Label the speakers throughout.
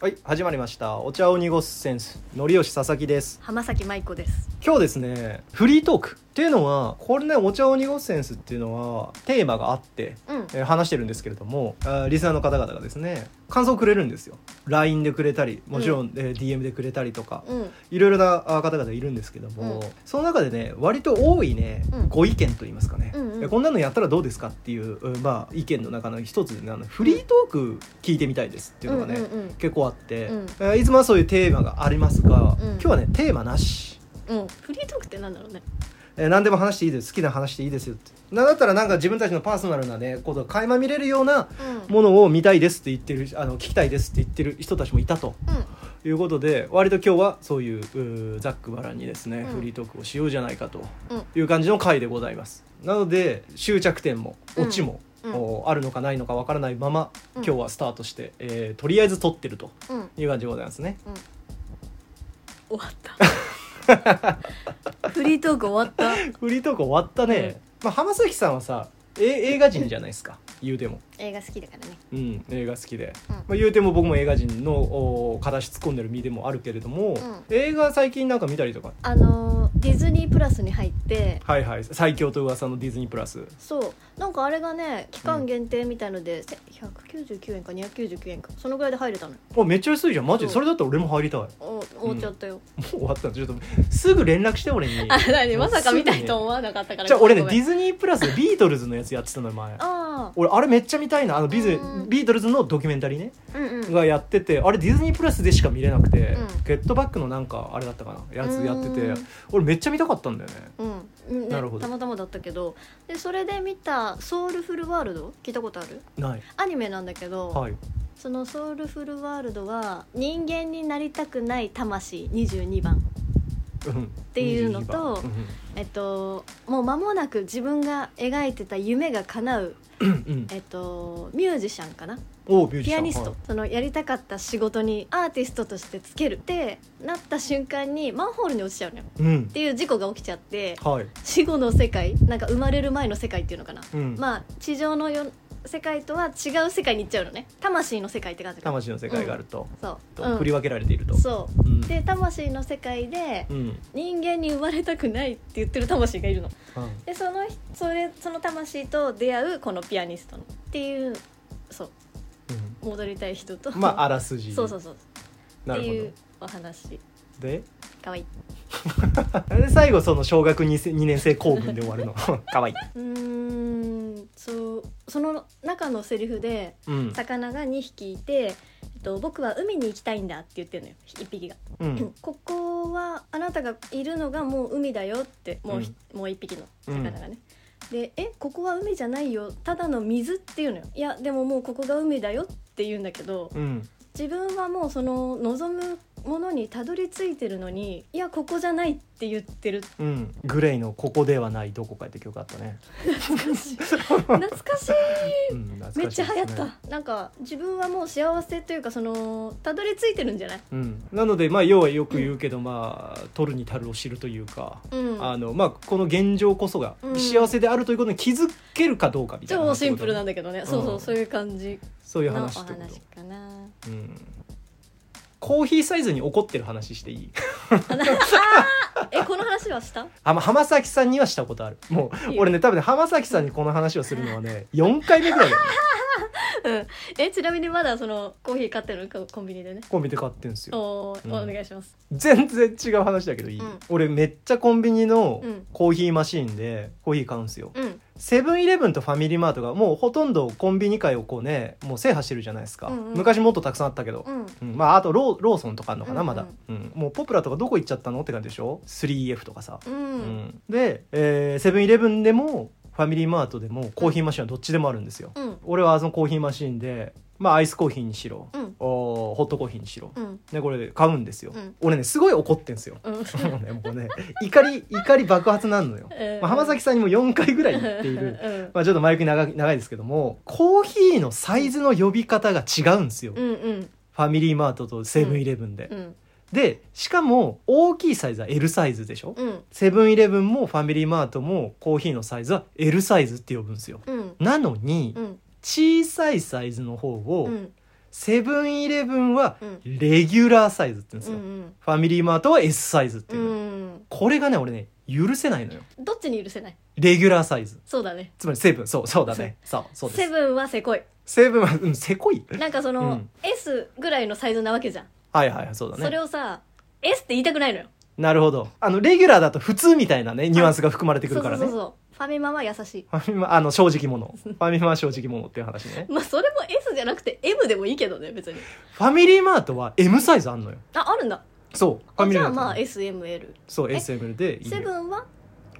Speaker 1: はい始まりましたお茶を濁すセンスのりよし佐々木です
Speaker 2: 浜崎舞子です
Speaker 1: 今日ですねフリートークっていうのはこれねお茶を濁すセンスっていうのはテーマがあって、
Speaker 2: うん
Speaker 1: えー話してるんですけれどもあーリスナーの方々がですね感想をくれるんですよ LINE でくれたりもちろん、えー DM でくれたりとか、
Speaker 2: うん
Speaker 1: いろいろなあ方々いるんですけども、
Speaker 2: うん
Speaker 1: その中でね割と多いね、
Speaker 2: うん
Speaker 1: ご意見といいますかね、
Speaker 2: うんうん
Speaker 1: えこんなのやったらどうですかっていう、うんまあ、意見の中の一つでねあのフリートーク聞いてみたいですっていうのがね、
Speaker 2: うんうん
Speaker 1: 結構あって、
Speaker 2: うん
Speaker 1: えーいつもはそういうテーマがありますが、
Speaker 2: うん
Speaker 1: 今日はねテーマなし、
Speaker 2: うん、うん、フリートークってなんだろうね
Speaker 1: えー何でも話していいです好きな話していいですよってなんだったらなんか自分たちのパーソナルなねことを垣間見れるような
Speaker 2: うん
Speaker 1: ものを見たいですって言ってるあの聞きたいですって言ってる人たちもいたと
Speaker 2: う
Speaker 1: いうことで割と今日はそういううーざっくばらんにですね、
Speaker 2: うん
Speaker 1: フリートークをしようじゃないかと
Speaker 2: うん
Speaker 1: いう感じの回でございますなので終着点も
Speaker 2: うん
Speaker 1: オチも、
Speaker 2: うん
Speaker 1: おあるのかないのかわからないまま今
Speaker 2: うん
Speaker 1: 日はスタートして、えーとりあえず撮ってると
Speaker 2: んうん
Speaker 1: いう感じでございますね
Speaker 2: 終わった フリートーク終わった
Speaker 1: フリートーク終わったね、まあ、浜崎さんはさえ映画人じゃないですか言うても、
Speaker 2: 映画好きだからね
Speaker 1: うん、映画好きで、
Speaker 2: うん
Speaker 1: まあ、言うても僕も映画人のお形突っ込んでる身でもあるけれども、
Speaker 2: ん
Speaker 1: 映画最近なんか見たりとか
Speaker 2: あのーディズニープラスに入って
Speaker 1: はいはい最強と噂のディズニープラス
Speaker 2: そうなんかあれがね期間限定みたいので、せ199円か299円かそのぐらいで入れたのよ
Speaker 1: あめっちゃ安いじゃんマジ
Speaker 2: そう
Speaker 1: それだったら俺も入りたいも
Speaker 2: お終わっちゃったよ、
Speaker 1: う終わったちょっとすぐ連絡して俺に
Speaker 2: あ何まさか見たいと
Speaker 1: 思
Speaker 2: 思わなかったから
Speaker 1: じゃあ俺ねデ
Speaker 2: ィ
Speaker 1: ィズニープラスでビートルズのやつやってたのよ前
Speaker 2: あ
Speaker 1: 俺あれめっちゃ見たいなあのビズ
Speaker 2: うん
Speaker 1: ビートルズのドキュメンタリーね
Speaker 2: あうんうん
Speaker 1: がやっててあれディズニープラスでしか見れなくて、
Speaker 2: うん
Speaker 1: ゲットバックのなんかあれだったかなやつやってて
Speaker 2: うん
Speaker 1: 俺めっちゃ見たかったんだよね
Speaker 2: うん、ね
Speaker 1: なるほど
Speaker 2: たまたまだったけどでそれで見た「ソウルフルワールド」聞いたことある
Speaker 1: ない
Speaker 2: アニメなんだけど、
Speaker 1: はい
Speaker 2: その「ソウルフルワールド」は人間になりたくない魂22番
Speaker 1: って
Speaker 2: いうのとえっともう間もなく自分が描いてた夢が叶う、えっと、ミュージシャンかな
Speaker 1: おビューティシャン
Speaker 2: ピアニス
Speaker 1: は
Speaker 2: ト、
Speaker 1: い
Speaker 2: そのやりたかった仕事にアーティストとしてつけるってなった瞬間にマンホールに落ちちゃうのよっ
Speaker 1: うん
Speaker 2: ていう事故が起きちゃって
Speaker 1: はい
Speaker 2: 死後の世界なんか生まれる前の世界っていうのかな
Speaker 1: うん
Speaker 2: まあ地上のよ世界とは違う世界に行っちゃうのね魂の世界って感じか
Speaker 1: 魂の世界があると,、
Speaker 2: そ
Speaker 1: と
Speaker 2: う、うん
Speaker 1: 振り分けられていると
Speaker 2: そううんで魂の世界で
Speaker 1: うん
Speaker 2: 人間に生まれたくないって言ってる魂がいるの
Speaker 1: はい
Speaker 2: でその人それその魂と出会うこのピアニストのっていうそう
Speaker 1: う
Speaker 2: 戻りたい人と
Speaker 1: んまああらすじ
Speaker 2: そうそうそうっ
Speaker 1: な
Speaker 2: て
Speaker 1: るほ
Speaker 2: いう
Speaker 1: ど
Speaker 2: お話
Speaker 1: で
Speaker 2: かわいい
Speaker 1: で最後その小学 2, 二年生公文で終わるの かわいい、
Speaker 2: うーんそうその中のセリフで
Speaker 1: うん
Speaker 2: 魚が2匹いて、えっと、僕は海に行きたいんだって言ってるのよ1匹が。
Speaker 1: うん、
Speaker 2: ここはあなたがいるのがもう海だよってもう,、もう一匹の魚がね、で「えここは海じゃないよただの水」っていうのよいやでももうここが海だよって言うんだけど
Speaker 1: うん、
Speaker 2: 自分はもうその望むものにたどり着いてるのに「いやここじゃない」って言ってる
Speaker 1: うん、グレイの「ここではないどこか」って曲あったね、
Speaker 2: 懐かしい懐かしい
Speaker 1: うん、懐かしい
Speaker 2: めっ
Speaker 1: で
Speaker 2: ち
Speaker 1: す
Speaker 2: ゃ
Speaker 1: ね
Speaker 2: 流行った、なんか自分はもう幸せというかそのたどり着いてるんじゃない
Speaker 1: うん、なのでまあ要はよく言うけど、まあ取るに足るを知るというか、
Speaker 2: うん
Speaker 1: あのまあこの現状こそが
Speaker 2: うん
Speaker 1: 幸せであるということに気づけるかどうかみたいな、
Speaker 2: 超シンプルなん
Speaker 1: で
Speaker 2: だけどね、そうそううんそういう感じ
Speaker 1: そういう
Speaker 2: のお
Speaker 1: 話
Speaker 2: 話
Speaker 1: ってこと
Speaker 2: かな
Speaker 1: うんコーヒーサイズに怒ってる話していい
Speaker 2: えこの話はした
Speaker 1: あま浜崎さんにはしたことあるもう俺ね多分ね浜崎さんにこの話をするのはね4回目ぐらいだよ、 ね、
Speaker 2: え ちなみにまだそのコーヒー買ってるのココンビニでね
Speaker 1: コンビニで買ってるんですよ
Speaker 2: おー、
Speaker 1: うん
Speaker 2: お願いします
Speaker 1: 全然違う話だけどいい、
Speaker 2: うん
Speaker 1: 俺めっちゃコンビニの
Speaker 2: うん
Speaker 1: コーヒーマシーンでコーヒー買うんですよ
Speaker 2: うん
Speaker 1: セブンイレブンとファミリーマートがもうほとんどコンビニ界をこうねもう制覇してるじゃないですか、
Speaker 2: うんうん
Speaker 1: 昔もっとたくさんあったけど、
Speaker 2: うん
Speaker 1: うんまああとローローソンとかあるのかなまだ
Speaker 2: うん、
Speaker 1: うんもうポプラとかどこ行っちゃったのって感じでしょ 3F とかさ、
Speaker 2: う
Speaker 1: うんでえーセブンイレブンでもファミリーマートでもコーヒーマシンはどっちでもあるんですよ、
Speaker 2: うん
Speaker 1: 俺はそのコーヒーマシンでまあアイスコーヒーにしろ、
Speaker 2: うん
Speaker 1: おーホットコーヒーにしろ、
Speaker 2: うん
Speaker 1: ね、これ買うんですよ、
Speaker 2: うん
Speaker 1: 俺ねすごい怒ってんすよ
Speaker 2: うん、
Speaker 1: もうねもうね怒り怒り爆発なんのよ、まあ、浜崎さんにも4回ぐらい言っている
Speaker 2: うん
Speaker 1: まあ、ちょっとマイク長い長いですけどもコーヒーのサイズの呼び方が違うんですよ、
Speaker 2: うんうん
Speaker 1: ファミリーマートとセブンイレブンで、
Speaker 2: うん
Speaker 1: でしかも大きいサイズは L サイズでしょ、
Speaker 2: うん
Speaker 1: セブンイレブンもファミリーマートもコーヒーのサイズは L サイズって呼ぶんですよ
Speaker 2: うん
Speaker 1: なのに、
Speaker 2: うん
Speaker 1: 小さいサイズの方
Speaker 2: う
Speaker 1: を
Speaker 2: ん
Speaker 1: セブンイレブンは
Speaker 2: うん
Speaker 1: レギュラーサイズって言うんです
Speaker 2: う
Speaker 1: よ、
Speaker 2: ん
Speaker 1: ファミリーマートは S サイズって
Speaker 2: う
Speaker 1: いうのよ、
Speaker 2: ん
Speaker 1: これがね俺ね許せないのよ
Speaker 2: どっちに許せない
Speaker 1: レギュラーサイズ
Speaker 2: そうだね
Speaker 1: つまりセブンそうそうだ ねそうそうで
Speaker 2: セ
Speaker 1: す
Speaker 2: ブンはせこい
Speaker 1: セブンはうんせこい
Speaker 2: なんかその、
Speaker 1: うん
Speaker 2: S ぐらいのサイズなわけじゃん、
Speaker 1: はいはいそうだね
Speaker 2: それをさ S って言いたくないのよ
Speaker 1: なるほどあのレギュラーだと普通みたいなねニュアンスが含まれてくるから
Speaker 2: そう
Speaker 1: ね
Speaker 2: そうそうそうファミマは優しい
Speaker 1: ファミマあの正直者 ファミマは正直者っていう話ね
Speaker 2: まあそれも S じゃなくて M でもいいけどね別に
Speaker 1: ファミリーマートは M サイズあんのよ
Speaker 2: ああるんだ
Speaker 1: そうファ
Speaker 2: あ
Speaker 1: ミ
Speaker 2: じ
Speaker 1: リー
Speaker 2: ゃ
Speaker 1: マ
Speaker 2: あ
Speaker 1: ート
Speaker 2: まあ
Speaker 1: ね
Speaker 2: SML
Speaker 1: そう
Speaker 2: え
Speaker 1: SML でいいの
Speaker 2: セブ
Speaker 1: よ
Speaker 2: ンは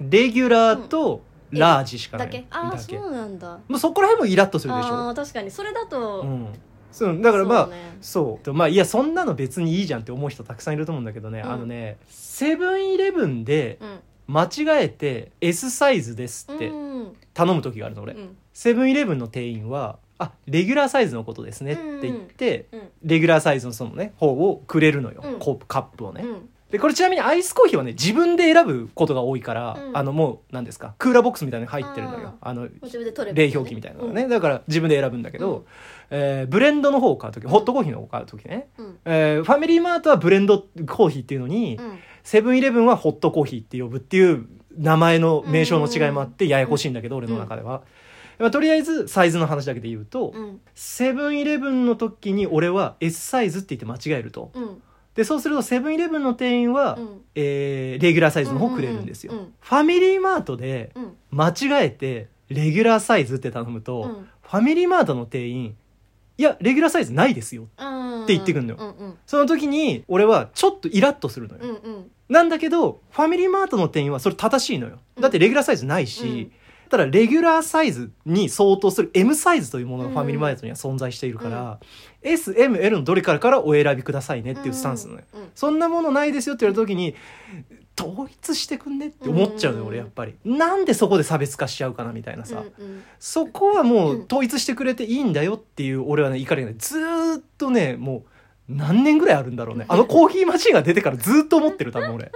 Speaker 1: レギュラーとラージしかな
Speaker 2: だ
Speaker 1: い
Speaker 2: けああ
Speaker 1: だけ
Speaker 2: そうなんだ
Speaker 1: もうそこら辺もイラッとするでし
Speaker 2: あ
Speaker 1: ょ
Speaker 2: あ確かにそれだと、
Speaker 1: うんそうだからまあ
Speaker 2: そうね
Speaker 1: そうでまあいやそんなの別にいいじゃんって思う人たくさんいると思うんだけどね、
Speaker 2: うん
Speaker 1: あのねセブンイレブンで
Speaker 2: うん
Speaker 1: 間違えて S サイズですって
Speaker 2: うん
Speaker 1: 頼む時があるの俺、
Speaker 2: うん
Speaker 1: セブンイレブンの店員は「あレギュラーサイズのことですね」って言って、
Speaker 2: うん
Speaker 1: レギュラーサイズのそのね方をくれるのよ、
Speaker 2: うん
Speaker 1: コップカップをね、
Speaker 2: うん
Speaker 1: でこれちなみにアイスコーヒーはね自分で選ぶことが多いから、
Speaker 2: うん
Speaker 1: あのもう何ですかクーラーボックスみたいなのに入ってるのよあの
Speaker 2: 自分で取ればいい
Speaker 1: 冷
Speaker 2: よ
Speaker 1: 氷機みたいなのがね、だから自分で選ぶんだけど、
Speaker 2: うん
Speaker 1: えーブレンドの方を買う時ホットコーヒーの方を買う時ね、
Speaker 2: うん
Speaker 1: えーファミリーマートはブレンドコーヒーっていうのに、
Speaker 2: うん
Speaker 1: セブンイレブンはホットコーヒーって呼ぶっていう名前の名称の違いもあってややこしいんだけど、俺の中では、まあ、とりあえずサイズの話だけで言うと、
Speaker 2: うん
Speaker 1: セブンイレブンの時に俺は S サイズって言って間違えると
Speaker 2: うん
Speaker 1: でそうするとセブンイレブンの店員は、
Speaker 2: うん
Speaker 1: えーレギュラーサイズの方くれるんですよ、
Speaker 2: うんうんうん
Speaker 1: ファミリーマートで
Speaker 2: うん
Speaker 1: 間違えてレギュラーサイズって頼むと、
Speaker 2: うん
Speaker 1: ファミリーマートの店員いやレギュラーサイズないですよ
Speaker 2: うん
Speaker 1: って言ってくんのよ
Speaker 2: うんうん
Speaker 1: その時に俺はちょっとイラッとするのよ、
Speaker 2: うんうん
Speaker 1: なんだけど、ファミリーマートの店員はそれ正しいのよ。だってレギュラーサイズないし、ただレギュラーサイズに相当する M サイズというものがファミリーマートには存在しているから、S、M、L のどれからからお選びくださいねっていうスタンスなのよ。
Speaker 2: うん
Speaker 1: そんなものないですよって言われた時に、統一してくんねって思っちゃうのよ、
Speaker 2: うん
Speaker 1: 俺やっぱり。なんでそこで差別化しちゃうかなみたいなさ。
Speaker 2: うん
Speaker 1: そこはも
Speaker 2: うん
Speaker 1: う統一してくれていいんだよっていう俺はね怒りがねずーっとねもう何年ぐらいあるんだろうねあのコーヒーマシンが出てからずーっと思ってる多分俺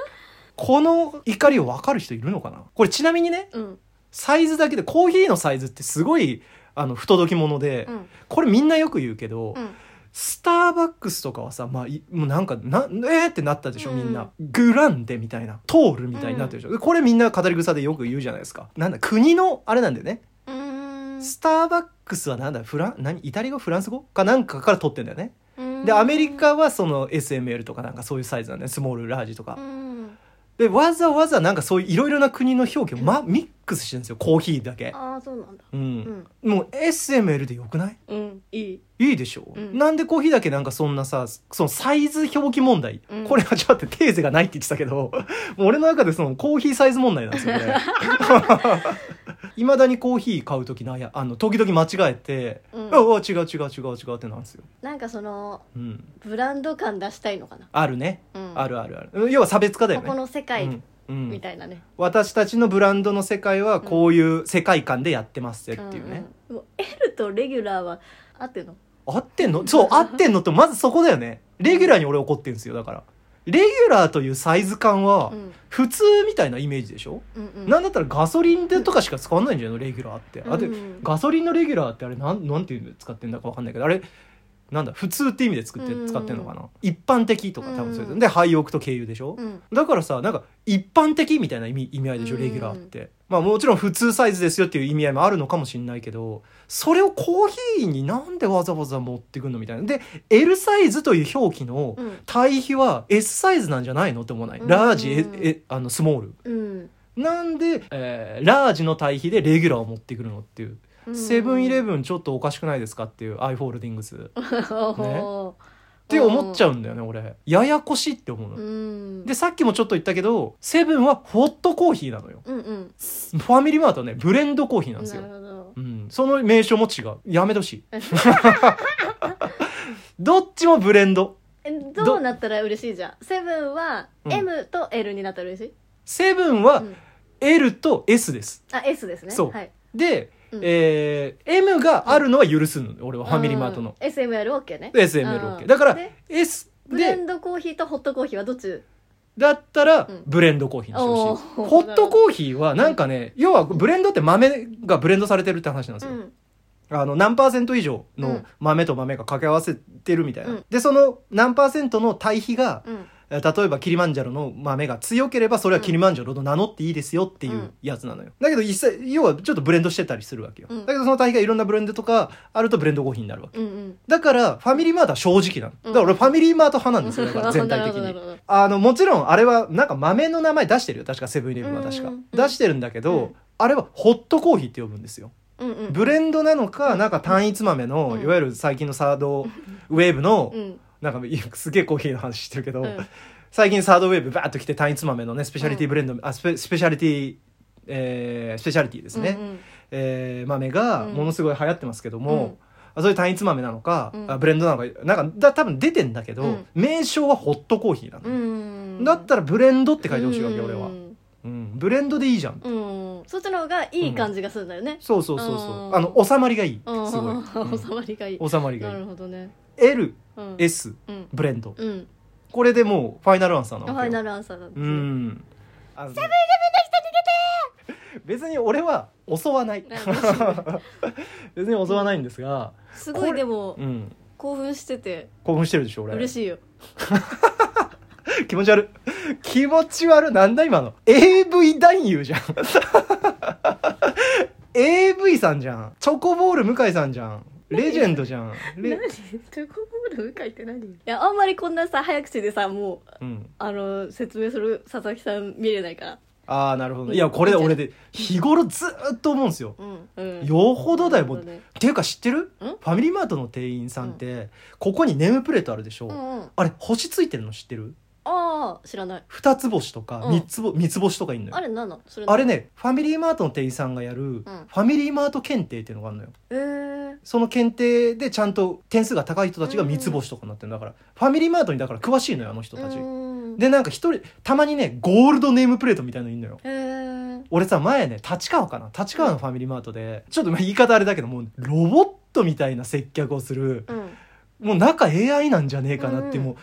Speaker 1: この怒りを分かる人いるのかなこれちなみにね
Speaker 2: うんうん
Speaker 1: サイズだけでコーヒーのサイズってすごいあの不届き者で、
Speaker 2: うん
Speaker 1: これみんなよく言うけど、
Speaker 2: うん
Speaker 1: スターバックスとかはさ、まあ、いもうなんか、な、えーってなったでしょ、みん
Speaker 2: うん
Speaker 1: な。グランデみたいな、通るみたいになってるでしょ。これみんな語り草でよく言うじゃないですか。なんだ、国の、あれなんだよね。
Speaker 2: うん
Speaker 1: スターバックスはなんだフラン何イタリア語フランス語かなんかから取ってんだよね
Speaker 2: うん
Speaker 1: でアメリカはその SML とかなんかそういうサイズなんだよねスモールラージとか
Speaker 2: うん
Speaker 1: でわざわざなんかそういういろいろな国の表記を、ま、ミックスしてるんですよコーヒーだけ
Speaker 2: ああそうなんだ
Speaker 1: う、
Speaker 2: うんん
Speaker 1: もう SML でよくない
Speaker 2: うんいい
Speaker 1: いいでしょ、
Speaker 2: うん
Speaker 1: なんでコーヒーだけなんかそんなさそのサイズ表記問題、
Speaker 2: うん
Speaker 1: これはちょっと待ってテーゼがないって言ってたけど もう俺の中でそのコーヒーサイズ問題なんですよ ねいまだにコーヒー買う時のあの時々間違えて「
Speaker 2: う
Speaker 1: うんわうわ違う違う違う違う」ってなんですよ、
Speaker 2: なんかその
Speaker 1: うん、
Speaker 2: ブランド感出したいのかな
Speaker 1: あるね、
Speaker 2: うん
Speaker 1: あるあるある要は差別化だよ
Speaker 2: ここ
Speaker 1: ね
Speaker 2: の世界
Speaker 1: うんうん
Speaker 2: みたいなね
Speaker 1: 私たちのブランドの世界はこういう世界観でやってますってっていうね、
Speaker 2: うんうんもう L とレギュラーは合ってんの
Speaker 1: 合ってんのそう合ってんのってまずそこだよねレギュラーに俺怒ってるんですよだからレギュラーというサイズ感は
Speaker 2: うん
Speaker 1: 普通みたいなイメージでしょ、
Speaker 2: うんうん
Speaker 1: なんだったらガソリンでとかしか使わないんじゃないのレギュラーってあで、
Speaker 2: うん
Speaker 1: ガソリンのレギュラーってあれなんなんていうの使ってんだかわかんないけどあれなんだ普通って意味で作って
Speaker 2: うん
Speaker 1: 使ってんのかな、一般的とか多分そうれ
Speaker 2: ん
Speaker 1: で廃屋と軽油でしょ、
Speaker 2: うん
Speaker 1: だからさなんか一般的みたいな意味意味合いでしょ
Speaker 2: うん
Speaker 1: レギュラーって、まあもちろん普通サイズですよっていう意味合いもあるのかもしれないけどそれをコーヒーになんでわざわざ持ってくんのみたいなで L サイズという表記の
Speaker 2: うん
Speaker 1: 対比は S サイズなんじゃないのって思わない、
Speaker 2: うん
Speaker 1: ラージええあのスモール
Speaker 2: うん
Speaker 1: なんで、えーラージの対比でレギュラーを持ってくるのっていう
Speaker 2: うん
Speaker 1: セブンイレブンちょっとおかしくないですかっていうアイ・ホールディングスっ
Speaker 2: おー
Speaker 1: て思っちゃうんだよね俺ややこしいって思うの、
Speaker 2: うん
Speaker 1: でさっきもちょっと言ったけどセブンはホットコーヒーなのよ
Speaker 2: うんうん
Speaker 1: ファミリーマートはねブレンドコーヒーな
Speaker 2: なん
Speaker 1: ですよ
Speaker 2: る、ほど
Speaker 1: うん、その名称も違うやめてほ しいどっちもブレンド
Speaker 2: えどうなったら嬉しいじゃんセブンは
Speaker 1: うん
Speaker 2: M と L になったら嬉しい
Speaker 1: セブンは
Speaker 2: うん
Speaker 1: L と S です
Speaker 2: あ S ですね
Speaker 1: そう
Speaker 2: はい
Speaker 1: で、
Speaker 2: うん
Speaker 1: えー M があるのは許すの俺はファミリーマートの、
Speaker 2: うん SML OK ね
Speaker 1: SMLOK、
Speaker 2: うん
Speaker 1: だから
Speaker 2: で
Speaker 1: S
Speaker 2: ブレンドコーヒーとホットコーヒーはどっち
Speaker 1: だったら
Speaker 2: うん
Speaker 1: ブレンドコーヒーにしてほしい、
Speaker 2: おー
Speaker 1: ホットコーヒーはなんかね要はブレンドって豆がブレンドされてるって話なんです
Speaker 2: う
Speaker 1: よ、
Speaker 2: ん
Speaker 1: あの何パーセント以上
Speaker 2: う
Speaker 1: の
Speaker 2: ん
Speaker 1: 豆と豆が掛け合わせてるみたいな、
Speaker 2: うん
Speaker 1: でその何パーセントの対比が、
Speaker 2: うん
Speaker 1: えー例えばキリマンジャロの豆が強ければそれはキリマンジャロと名乗っていいですよっていううんやつなのよ、だけど実際要はちょっとブレンドしてたりするわけよ、
Speaker 2: うん
Speaker 1: だけどその対比がいろんなブレンドとかあるとブレンドコーヒーになるわけ
Speaker 2: うんうん
Speaker 1: だからファミリーマートは正直なのだから俺
Speaker 2: うん
Speaker 1: ファミリーマート派なんです よだから全体的
Speaker 2: なる
Speaker 1: に
Speaker 2: ほどなるほ
Speaker 1: あのもちろんあれはなんか豆の名前出してるよ確かセブンイレブンは確か、
Speaker 2: うん
Speaker 1: 出してるんだけど、
Speaker 2: うん
Speaker 1: あれはホットコーヒーって呼ぶんですよ
Speaker 2: どうんうん
Speaker 1: ブレンドなのか、
Speaker 2: うん
Speaker 1: なんか単一豆の、
Speaker 2: うん
Speaker 1: いわゆる最近のサードウェーブの、
Speaker 2: うん
Speaker 1: なんかいやすげえコーヒーの話してるけど、
Speaker 2: うん
Speaker 1: 最近サードウェーブバーッと来て単一豆のねスペシャリティブレンド、あスペスペシャリティ、えースペシャリティですね、
Speaker 2: うんうん
Speaker 1: えー豆が
Speaker 2: うん
Speaker 1: ものすごい流行ってますけど
Speaker 2: う
Speaker 1: も
Speaker 2: ん、
Speaker 1: あそれ単一豆なのか、
Speaker 2: うん
Speaker 1: あブレンドなのかなんかだ多分出てんだけど、
Speaker 2: うん
Speaker 1: 名称はホットコーヒーなの、
Speaker 2: うん
Speaker 1: だったらブレンドって書いてほしいわけ、
Speaker 2: うん
Speaker 1: 俺は、うん、ブレンドでいいじゃん、
Speaker 2: うんそっちの方がいい感じがするんだよね
Speaker 1: そうそうそうそう、
Speaker 2: うん
Speaker 1: あの収まりがいいす
Speaker 2: うん
Speaker 1: ごい、うん
Speaker 2: 収まりがいい
Speaker 1: 収まりが
Speaker 2: ない
Speaker 1: い
Speaker 2: るほどね
Speaker 1: LS
Speaker 2: うんうん
Speaker 1: ブレンド
Speaker 2: うん
Speaker 1: これでもうファイナルアンサーな
Speaker 2: フ
Speaker 1: わけよ
Speaker 2: ァイナルアンサーだ
Speaker 1: うんあの 別に俺は襲わない 別に襲わないんですが、
Speaker 2: すご
Speaker 1: こ
Speaker 2: い
Speaker 1: れ
Speaker 2: でも
Speaker 1: うん、
Speaker 2: 興奮してて
Speaker 1: 興奮してるでしょ俺
Speaker 2: 嬉しいよ
Speaker 1: 気持ち悪い気持ち悪いなんだ今の AV 男優じゃん AV さんじゃんチョコボール向井さんじゃんレジェンドじゃんレ
Speaker 2: チョコボール向いって何いやあんまりこんなさ早口でさも
Speaker 1: う
Speaker 2: う
Speaker 1: ん、
Speaker 2: あの説明する佐々木さん見れないから
Speaker 1: ああなるほどいやこれ俺で日頃ずーっと思うんですよ
Speaker 2: うんうん
Speaker 1: よほどだよもう
Speaker 2: なるほ
Speaker 1: っていうか知ってる
Speaker 2: ん
Speaker 1: ファミリーマートの店員さんってここにネームプレートあるでしょ、
Speaker 2: どねうんうん
Speaker 1: あれ星ついてるの知ってる
Speaker 2: ああ知らない
Speaker 1: 二つ星とか
Speaker 2: うん
Speaker 1: 三つ星三つ星とかいんのよ
Speaker 2: あれ何なのそれ
Speaker 1: あれねファミリーマートの店員さんがやるファミリーマート検定っていうのがあるのよ
Speaker 2: えー
Speaker 1: その検定でちゃんと点数が高い人たちが三つ星とかになってるんだから、ファミリーマートにだから詳しいのよあの人たち、
Speaker 2: うん
Speaker 1: でなんか一人たまにねゴールドネームプレートみたいのいんのよ
Speaker 2: へー
Speaker 1: 俺さ前ね立川かな立川のファミリーマートで、ちょっとまあ言い方あれだけどもうロボットみたいな接客をする
Speaker 2: うん
Speaker 1: もう中 AI なんじゃねえかなって、
Speaker 2: うん
Speaker 1: もう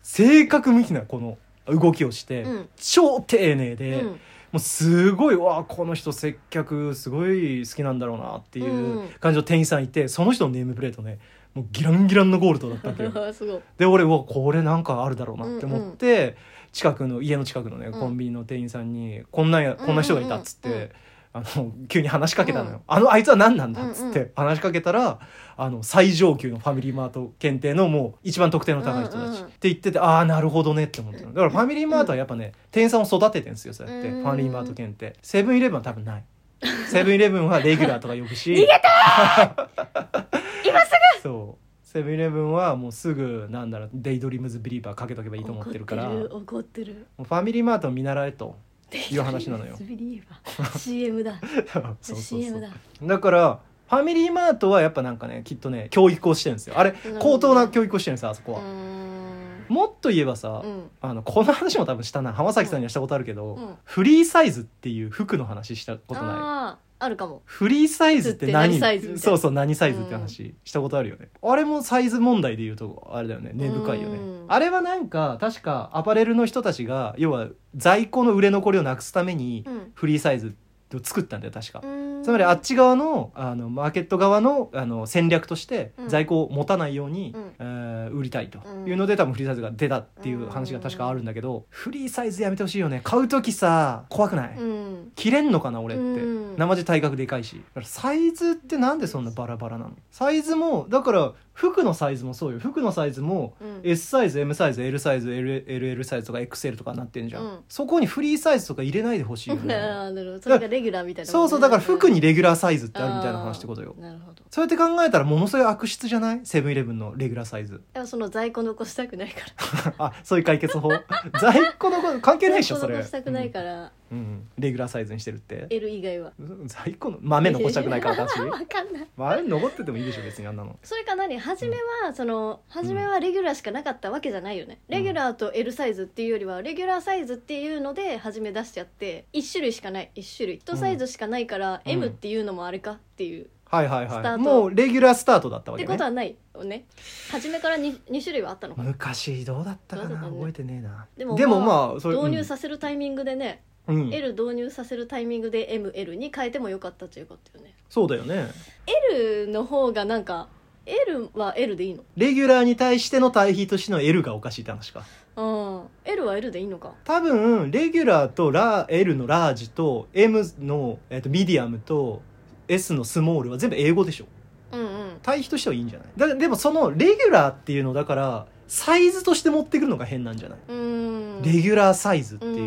Speaker 1: 正確無比なこの動きをして、
Speaker 2: うん
Speaker 1: 超丁寧
Speaker 2: う
Speaker 1: で、も
Speaker 2: ん
Speaker 1: うすごいわあこの人接客すごい好きなんだろうなっていう
Speaker 2: うん
Speaker 1: 感じの店員さんいてその人のネームプレートねもうギランギランのゴールドだったわけ よ
Speaker 2: すごい
Speaker 1: で俺うわこれなんかあるだろうなって思って、近くの家の近くのねコンビニの店員さんに「こんなんやこんな人がいた」っつって。
Speaker 2: うんうんうん
Speaker 1: あの急に話しかけたのよ、
Speaker 2: うん
Speaker 1: あのあいつは何なんだっつっ
Speaker 2: うんう
Speaker 1: て話しかけたら、あの最上級のファミリーマート検定のもう一番得点の高い人たち、
Speaker 2: うんうん
Speaker 1: って言っててああなるほどねって思ったのだからファミリーマートはやっぱね店員さんを育ててるんですよそうやって、
Speaker 2: うん
Speaker 1: ファミリーマート検定セブンイレブンは多分ないセブンイレブンはレギュラーとか呼ぶし逃げた今すぐそうセブンイレブンはもうすぐなんだろうデイドリームズビリーバーかけとけばいいと思ってるから
Speaker 2: 怒って
Speaker 1: も
Speaker 2: る怒ってる
Speaker 1: うファミリーマートを見習えと いう話なのよ
Speaker 2: CM だ
Speaker 1: そうそうそ
Speaker 2: CM
Speaker 1: う
Speaker 2: だ
Speaker 1: だからファミリーマートはやっぱなんかねきっとね教育をしてるんですよあれ
Speaker 2: ん
Speaker 1: 高等な教育をしてるんですよあそこ
Speaker 2: う
Speaker 1: は、
Speaker 2: ん
Speaker 1: もっと言えばさ、
Speaker 2: うん
Speaker 1: あのこの話も多分したな浜崎さんにはしたことあるけど、
Speaker 2: うん
Speaker 1: フリーサイズっていう服の話したことない
Speaker 2: あーあるかも
Speaker 1: フリーサイズって何
Speaker 2: って何サイズみたいな
Speaker 1: そうそう何サイズって話したことあるよね、あれもサイズ問題で言うとあれだよね根深いよね、
Speaker 2: うん
Speaker 1: あれはなんか確かアパレルの人たちが要は在庫の売れ残りをなくすために
Speaker 2: うん
Speaker 1: フリーサイズを作ったんだよ確か、
Speaker 2: うん
Speaker 1: つまりあっち側のあのマーケット側のあの戦略として
Speaker 2: うん
Speaker 1: 在庫を持たないように、
Speaker 2: うん
Speaker 1: えー売りたいと
Speaker 2: うん
Speaker 1: いうので多分フリーサイズが出たっていう話が確かあるんだけど、フリーサイズやめてほしいよね買う時さ怖くない、
Speaker 2: うん
Speaker 1: 着れんのかな俺って、
Speaker 2: うん
Speaker 1: 生地体格でかいしだからサイズってなんでそんなバラバラなのサイズもだから服のサイズもそうよ服のサイズも
Speaker 2: うん
Speaker 1: S サイズ M サイズ L サイズ LL サイズとか XL とかなってんじゃん、
Speaker 2: うん
Speaker 1: そこにフリーサイズとか入れないでほしいよね
Speaker 2: ああなるほどそれがレギュラーみたいなもん
Speaker 1: そ
Speaker 2: ね
Speaker 1: うそうだから服にレギュラーサイズってあるみたいな話ってことよ
Speaker 2: なるほど
Speaker 1: そうやって考えたらものすごい悪質じゃないセブンイレブンのレギュラーサイズ
Speaker 2: でもその在庫残したくないから
Speaker 1: あそういう解決 法在庫のこと関係ないでしょそれ
Speaker 2: 在庫残したくないから、
Speaker 1: うんうんレギュラーサイズにしてるって
Speaker 2: L 以外は
Speaker 1: 在庫の豆残したくないからだし
Speaker 2: わかんない
Speaker 1: 豆残っててもいいでしょ別にあんなの
Speaker 2: それか何初めはその初めはレギュラーしかなかったわけじゃないよね、レギュラーと L サイズっていうよりはレギュラーサイズっていうので初め出しちゃって1種類しかない1種類1サイズしかないから
Speaker 1: うん
Speaker 2: M っていうのもあれかっていう
Speaker 1: はいはいは
Speaker 2: スター
Speaker 1: い
Speaker 2: ト
Speaker 1: もうレギュラースタートだったわ
Speaker 2: っ
Speaker 1: け
Speaker 2: て
Speaker 1: ね
Speaker 2: ことはないよね初めから 2, 二種類はあったのかな
Speaker 1: 昔どうだったか
Speaker 2: どうだ
Speaker 1: な
Speaker 2: ったんだ
Speaker 1: 覚えてねえな
Speaker 2: でも
Speaker 1: まあそれ
Speaker 2: 導入させるタイミングでね、
Speaker 1: うんうん
Speaker 2: L 導入させるタイミングで ML に変えてもよかったということよね
Speaker 1: そうだよね
Speaker 2: L の方がなんか L は L でいいの
Speaker 1: レギュラーに対しての対比としての L がおかしいって話か
Speaker 2: うん L は L でいいのか
Speaker 1: 多分レギュラーとラ L のラージと M の、えっとミディアムと S のスモールは全部英語でしょ
Speaker 2: うんうん
Speaker 1: 対比としてはいいんじゃないだでもそのレギュラーっていうのだからサイズとして持ってくるのが変なんじゃない、
Speaker 2: うーん
Speaker 1: レギュラーサイズっていう、
Speaker 2: う
Speaker 1: うん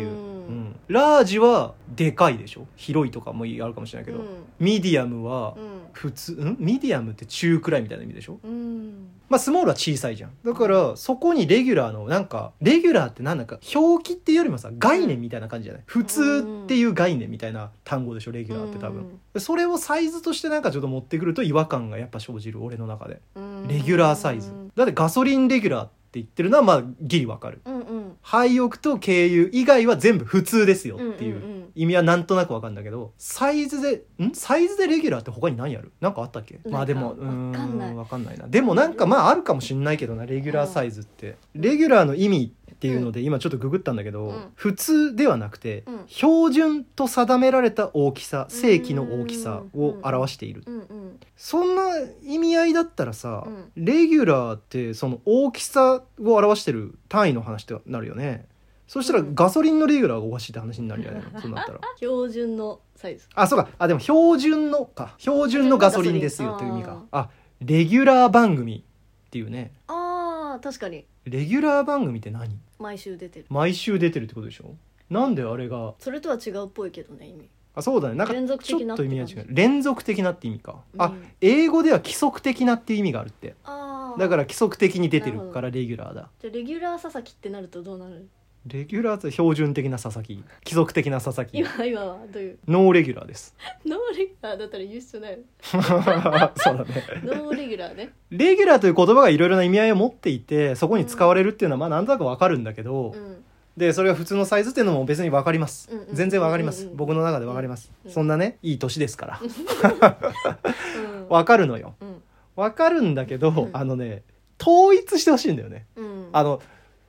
Speaker 2: ん
Speaker 1: ラージはでかいでしょ広いとかもあるかもしれないけど、
Speaker 2: うん
Speaker 1: ミディアムは
Speaker 2: うん
Speaker 1: 普通、ん、ミディアムって中くらいみたいな意味でしょ
Speaker 2: うん
Speaker 1: まあ、スモールは小さいじゃんだからそこにレギュラーのなんかレギュラーってなんだか表記っていうよりもさ概念みたいな感じじゃない普通っていう概念みたいな単語でしょレギュラーって多分でそれをサイズとしてなんかちょっと持ってくると違和感がやっぱ生じる俺の中で
Speaker 2: うん
Speaker 1: レギュラーサイズだってガソリンレギュラーって言ってるのはまあギリわかる
Speaker 2: うんうん
Speaker 1: 廃屋と軽油以外は全部普通ですよっ
Speaker 2: うん
Speaker 1: ていううん
Speaker 2: うん
Speaker 1: 意味はなんとなくわかるんだけどサイズでんサイズでレギュラーって他に何やるなんかあったっけまあでも
Speaker 2: なんかわかんない
Speaker 1: ーわかんないなでもなんかまああるかもしんないけどなレギュラーサイズってレギュラーの意味っていうので今ちょっとググったんだけど、
Speaker 2: うん
Speaker 1: 普通ではなくて、
Speaker 2: うん
Speaker 1: 標準と定められた大きさ正規の大きさを表している、
Speaker 2: うんうん
Speaker 1: そんな意味合いだったらさ、
Speaker 2: うん
Speaker 1: レギュラーってその大きさを表してる単位の話ってなるよねそしたら
Speaker 2: うん
Speaker 1: ガソリンのレギュラーがおかしいって話になるよね、そうなったら
Speaker 2: 標準のサイズ
Speaker 1: あそうかあでも標準のか標準のガソリンですよという意味かあレギュラー番組っていうね
Speaker 2: あー確かに
Speaker 1: レギュラー番組って何
Speaker 2: 毎週出てる
Speaker 1: 毎週出てるってことでしょなんであれが
Speaker 2: それとは違うっぽいけどね意味
Speaker 1: あそうだねなんか
Speaker 2: 連続
Speaker 1: ちょ
Speaker 2: 的な
Speaker 1: っ
Speaker 2: っ
Speaker 1: と
Speaker 2: て
Speaker 1: 意味が違
Speaker 2: 感
Speaker 1: う連続的なって意味か、あ
Speaker 2: うん
Speaker 1: 英語では規則的なっていう意味があるって
Speaker 2: あー
Speaker 1: だから規則的に出てる
Speaker 2: なる
Speaker 1: か
Speaker 2: ほ
Speaker 1: らレギュラーだ
Speaker 2: じゃあレギュラー佐々木ってなるとどうなる
Speaker 1: レギュラーって標準的な佐々木貴族的な佐々木
Speaker 2: 今今はどういう
Speaker 1: ノーレギュラーです
Speaker 2: ノーレギュラーだったら言う必要ないよ
Speaker 1: そうだね
Speaker 2: ノーレギュラー ね
Speaker 1: レギュラーという言葉がいろいろな意味合いを持っていてそこに使われるっていうのはまあなんとなくわかるんだけど、
Speaker 2: うん
Speaker 1: でそれが普通のサイズっていうのも別にわかります、
Speaker 2: うんうん
Speaker 1: 全然わかります、
Speaker 2: うんうん
Speaker 1: 僕の中でわかります、
Speaker 2: うん
Speaker 1: そんなねいい年ですから
Speaker 2: うん
Speaker 1: わかるのよ
Speaker 2: うん
Speaker 1: わかるんだけど、
Speaker 2: うん
Speaker 1: あのね統一してほしいんだよね
Speaker 2: うん
Speaker 1: あの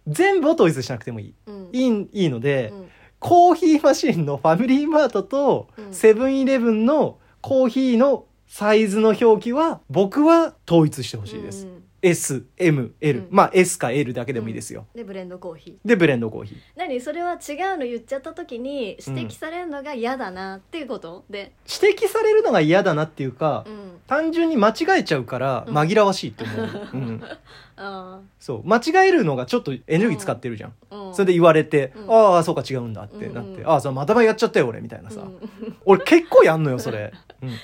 Speaker 1: 全部を統一しなくてもいい
Speaker 2: うん
Speaker 1: いいいいので、
Speaker 2: うん
Speaker 1: コーヒーマシンのファミリーマートと
Speaker 2: うん
Speaker 1: セブンイレブンのコーヒーのサイズの表記は僕は統一してほしいです。
Speaker 2: うん
Speaker 1: SML、
Speaker 2: うん
Speaker 1: まあ S か L だけでもいいですよ。
Speaker 2: でブレンドコーヒー
Speaker 1: でブレンドコーヒー。
Speaker 2: 何それは違うの言っちゃった時に指摘されるのが嫌だなっていうことで、
Speaker 1: 指摘されるのが嫌だなっていうか、
Speaker 2: うん、
Speaker 1: 単純に間違えちゃうから
Speaker 2: うん
Speaker 1: 紛らわしいって思う。 うん
Speaker 2: あ
Speaker 1: そう間違えるのがちょっとエネルギー使ってるじゃん。
Speaker 2: あ、うん、
Speaker 1: それで言われて、
Speaker 2: うん
Speaker 1: ああそうか違うんだってなっ
Speaker 2: うん
Speaker 1: て、
Speaker 2: うん
Speaker 1: ああそうまたまやっちゃったよ俺みたいな
Speaker 2: う
Speaker 1: さ、
Speaker 2: ん、
Speaker 1: 俺結構やんのよそれ。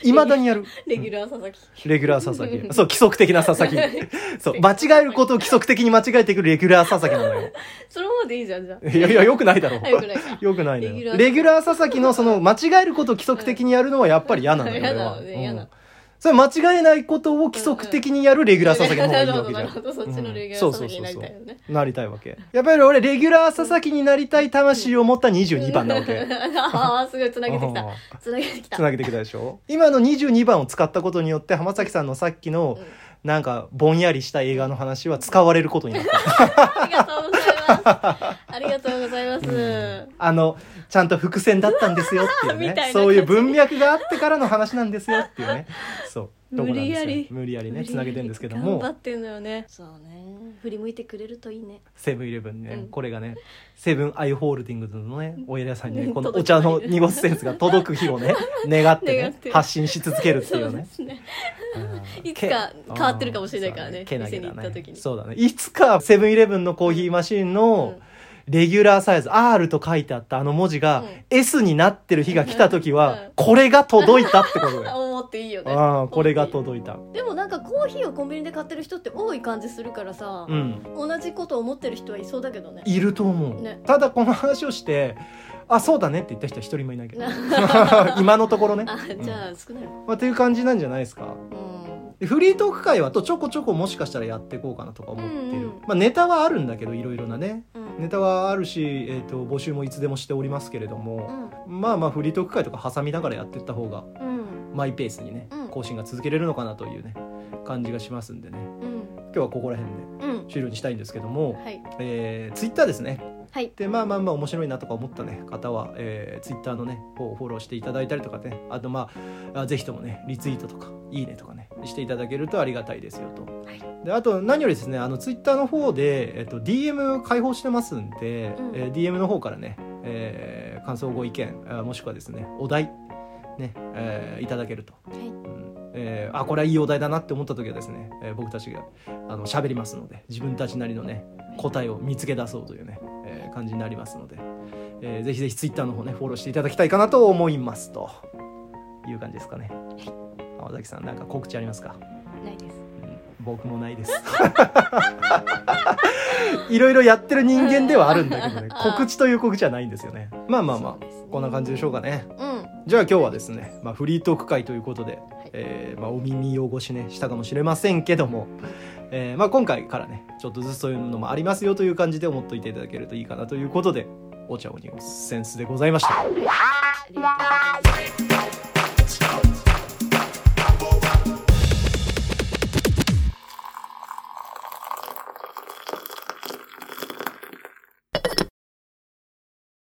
Speaker 1: い、ま、だにやる。
Speaker 2: レギュラー佐々木、
Speaker 1: レギュラー佐々木。そう、規則的な佐々木。 そう、間違えることを規則的に間違えてくるレギュラー佐々木なの よ。
Speaker 2: そのままでいいじゃんじゃ
Speaker 1: いやいや、よくないだろ
Speaker 2: あよく ないか
Speaker 1: よくないの
Speaker 2: レギュラ
Speaker 1: よ。
Speaker 2: ー
Speaker 1: レギュラー佐々木のその間違えることを規則的にやるのはやっぱり嫌なのよ。
Speaker 2: 嫌だ
Speaker 1: 俺は
Speaker 2: ね嫌だ
Speaker 1: うんそれ間違えないことを規則的にやるレギュラー佐々木の方がいいわけじ
Speaker 2: な
Speaker 1: ゃ
Speaker 2: るほどなるほどそっちのレギュ
Speaker 1: う
Speaker 2: ラ
Speaker 1: ん
Speaker 2: ー佐々木になりたいよね、
Speaker 1: んなりたいわけ。やっぱり俺、レギュラー佐々木になりたい魂を持った22番なわけ。
Speaker 2: ああすごいつなげてきた
Speaker 1: うん
Speaker 2: つなげてきた
Speaker 1: つなげてきたでしょ今の22番を使ったことによって浜崎さんのさっきの
Speaker 2: うん
Speaker 1: なんかぼんやりした映画の話は使われることになった、
Speaker 2: ありがとうございますありが とうございます、
Speaker 1: あのちゃんと伏線だったんですよって いう
Speaker 2: みた
Speaker 1: ね
Speaker 2: いな感じ
Speaker 1: そういう文脈があってからの話なんですよっていうねそうとこなんですよ
Speaker 2: 無理やり
Speaker 1: 無理やりねつなげてるんですけど
Speaker 2: 頑
Speaker 1: も
Speaker 2: 張ってんのよねそうね振り向いてくれるといいね
Speaker 1: セブンイレブンね、
Speaker 2: うん
Speaker 1: これがねセブンアイ・ホールディングスのねお偉いさんにねこのお
Speaker 2: 届
Speaker 1: 茶
Speaker 2: けばいい
Speaker 1: の濁すセンスが届く日を ね願って
Speaker 2: 願っ
Speaker 1: ね
Speaker 2: て
Speaker 1: 発信し続けるっていうね
Speaker 2: すね
Speaker 1: うん
Speaker 2: いつか変わってるかもしれないからね
Speaker 1: けあーそうだ
Speaker 2: 店に行った時に
Speaker 1: そうだねいつかセブンイレブンのコーヒーマシンのレギュラーサイズ R と書いてあったあの文字が
Speaker 2: うん
Speaker 1: S になってる日が来た時
Speaker 2: う
Speaker 1: は
Speaker 2: ん
Speaker 1: これが届いたってことだ
Speaker 2: あ
Speaker 1: よ
Speaker 2: 思っていいよね
Speaker 1: ああこれが届いた
Speaker 2: でもなんかコーヒーをコンビニで買ってる人って多い感じするからさ、
Speaker 1: うん
Speaker 2: 同じこと思ってる人はいそうだけどね。
Speaker 1: いると思う、
Speaker 2: ね
Speaker 1: ただこの話をしてあそうだねって言った人は一人もいないけど
Speaker 2: あ
Speaker 1: 今のところね
Speaker 2: じゃあ少ないの、
Speaker 1: まあ、という感じなんじゃないですか
Speaker 2: うん
Speaker 1: でフリートーク会はとちょこちょこもしかしたらやっていこうかなとか思ってる、
Speaker 2: うんうん
Speaker 1: まあ、ネタはあるんだけどいろいろなね
Speaker 2: うん
Speaker 1: ネタはあるし、えー、と募集もいつでもしておりますけれども、まあまあフリートーク会とか挟みながらやっていった方が
Speaker 2: うん
Speaker 1: マイペースにね
Speaker 2: うん
Speaker 1: 更新が続けれるのかなというね感じがしますんでね
Speaker 2: うん
Speaker 1: 今日はここら辺で
Speaker 2: うん
Speaker 1: 終了にしたいんですけども、
Speaker 2: はい
Speaker 1: えー、ツイッターですね
Speaker 2: はい
Speaker 1: でまあまあまあ面白いなとか思った、ね、方は、えー、ツイッターのね方をフォローしていただいたりとかねあとまああぜひともねリツイートとかいいねとかねしていただけるとありがたいですよと、
Speaker 2: い
Speaker 1: であと何よりですねあのツイッターの方で、えっと、DM 開放してますんで、
Speaker 2: うん
Speaker 1: えー DM の方からね、えー感想ご意見あもしくはですねお題ね、えーいただけると、
Speaker 2: はい
Speaker 1: うんえーあこれはいいお題だなって思った時はですね、えー僕たちがあの喋りますので自分たちなりのね答えを見つけ出そうというね、えー感じになりますので、えーぜひぜひツイッターの方ねフォローしていただきたいかなと思いますという感じですかね。浜崎さんなんか告知ありますか、
Speaker 2: ないです
Speaker 1: うん僕もないです。 いろいろやってる人間ではあるんだけどね告知という告知はないんですよね。まあまあま
Speaker 2: そうですね
Speaker 1: あこんな感じでしょうかね。
Speaker 2: うん
Speaker 1: じゃあ今日はですね、まあ、フリートーク会ということで、
Speaker 2: い
Speaker 1: えーまあ、お耳汚しねしたかもしれませんけども、えーまあ、今回からねちょっとずつそういうのもありますよという感じで思っといていただけるといいかなということでお茶おにセンスでございました。
Speaker 2: ありがとうございます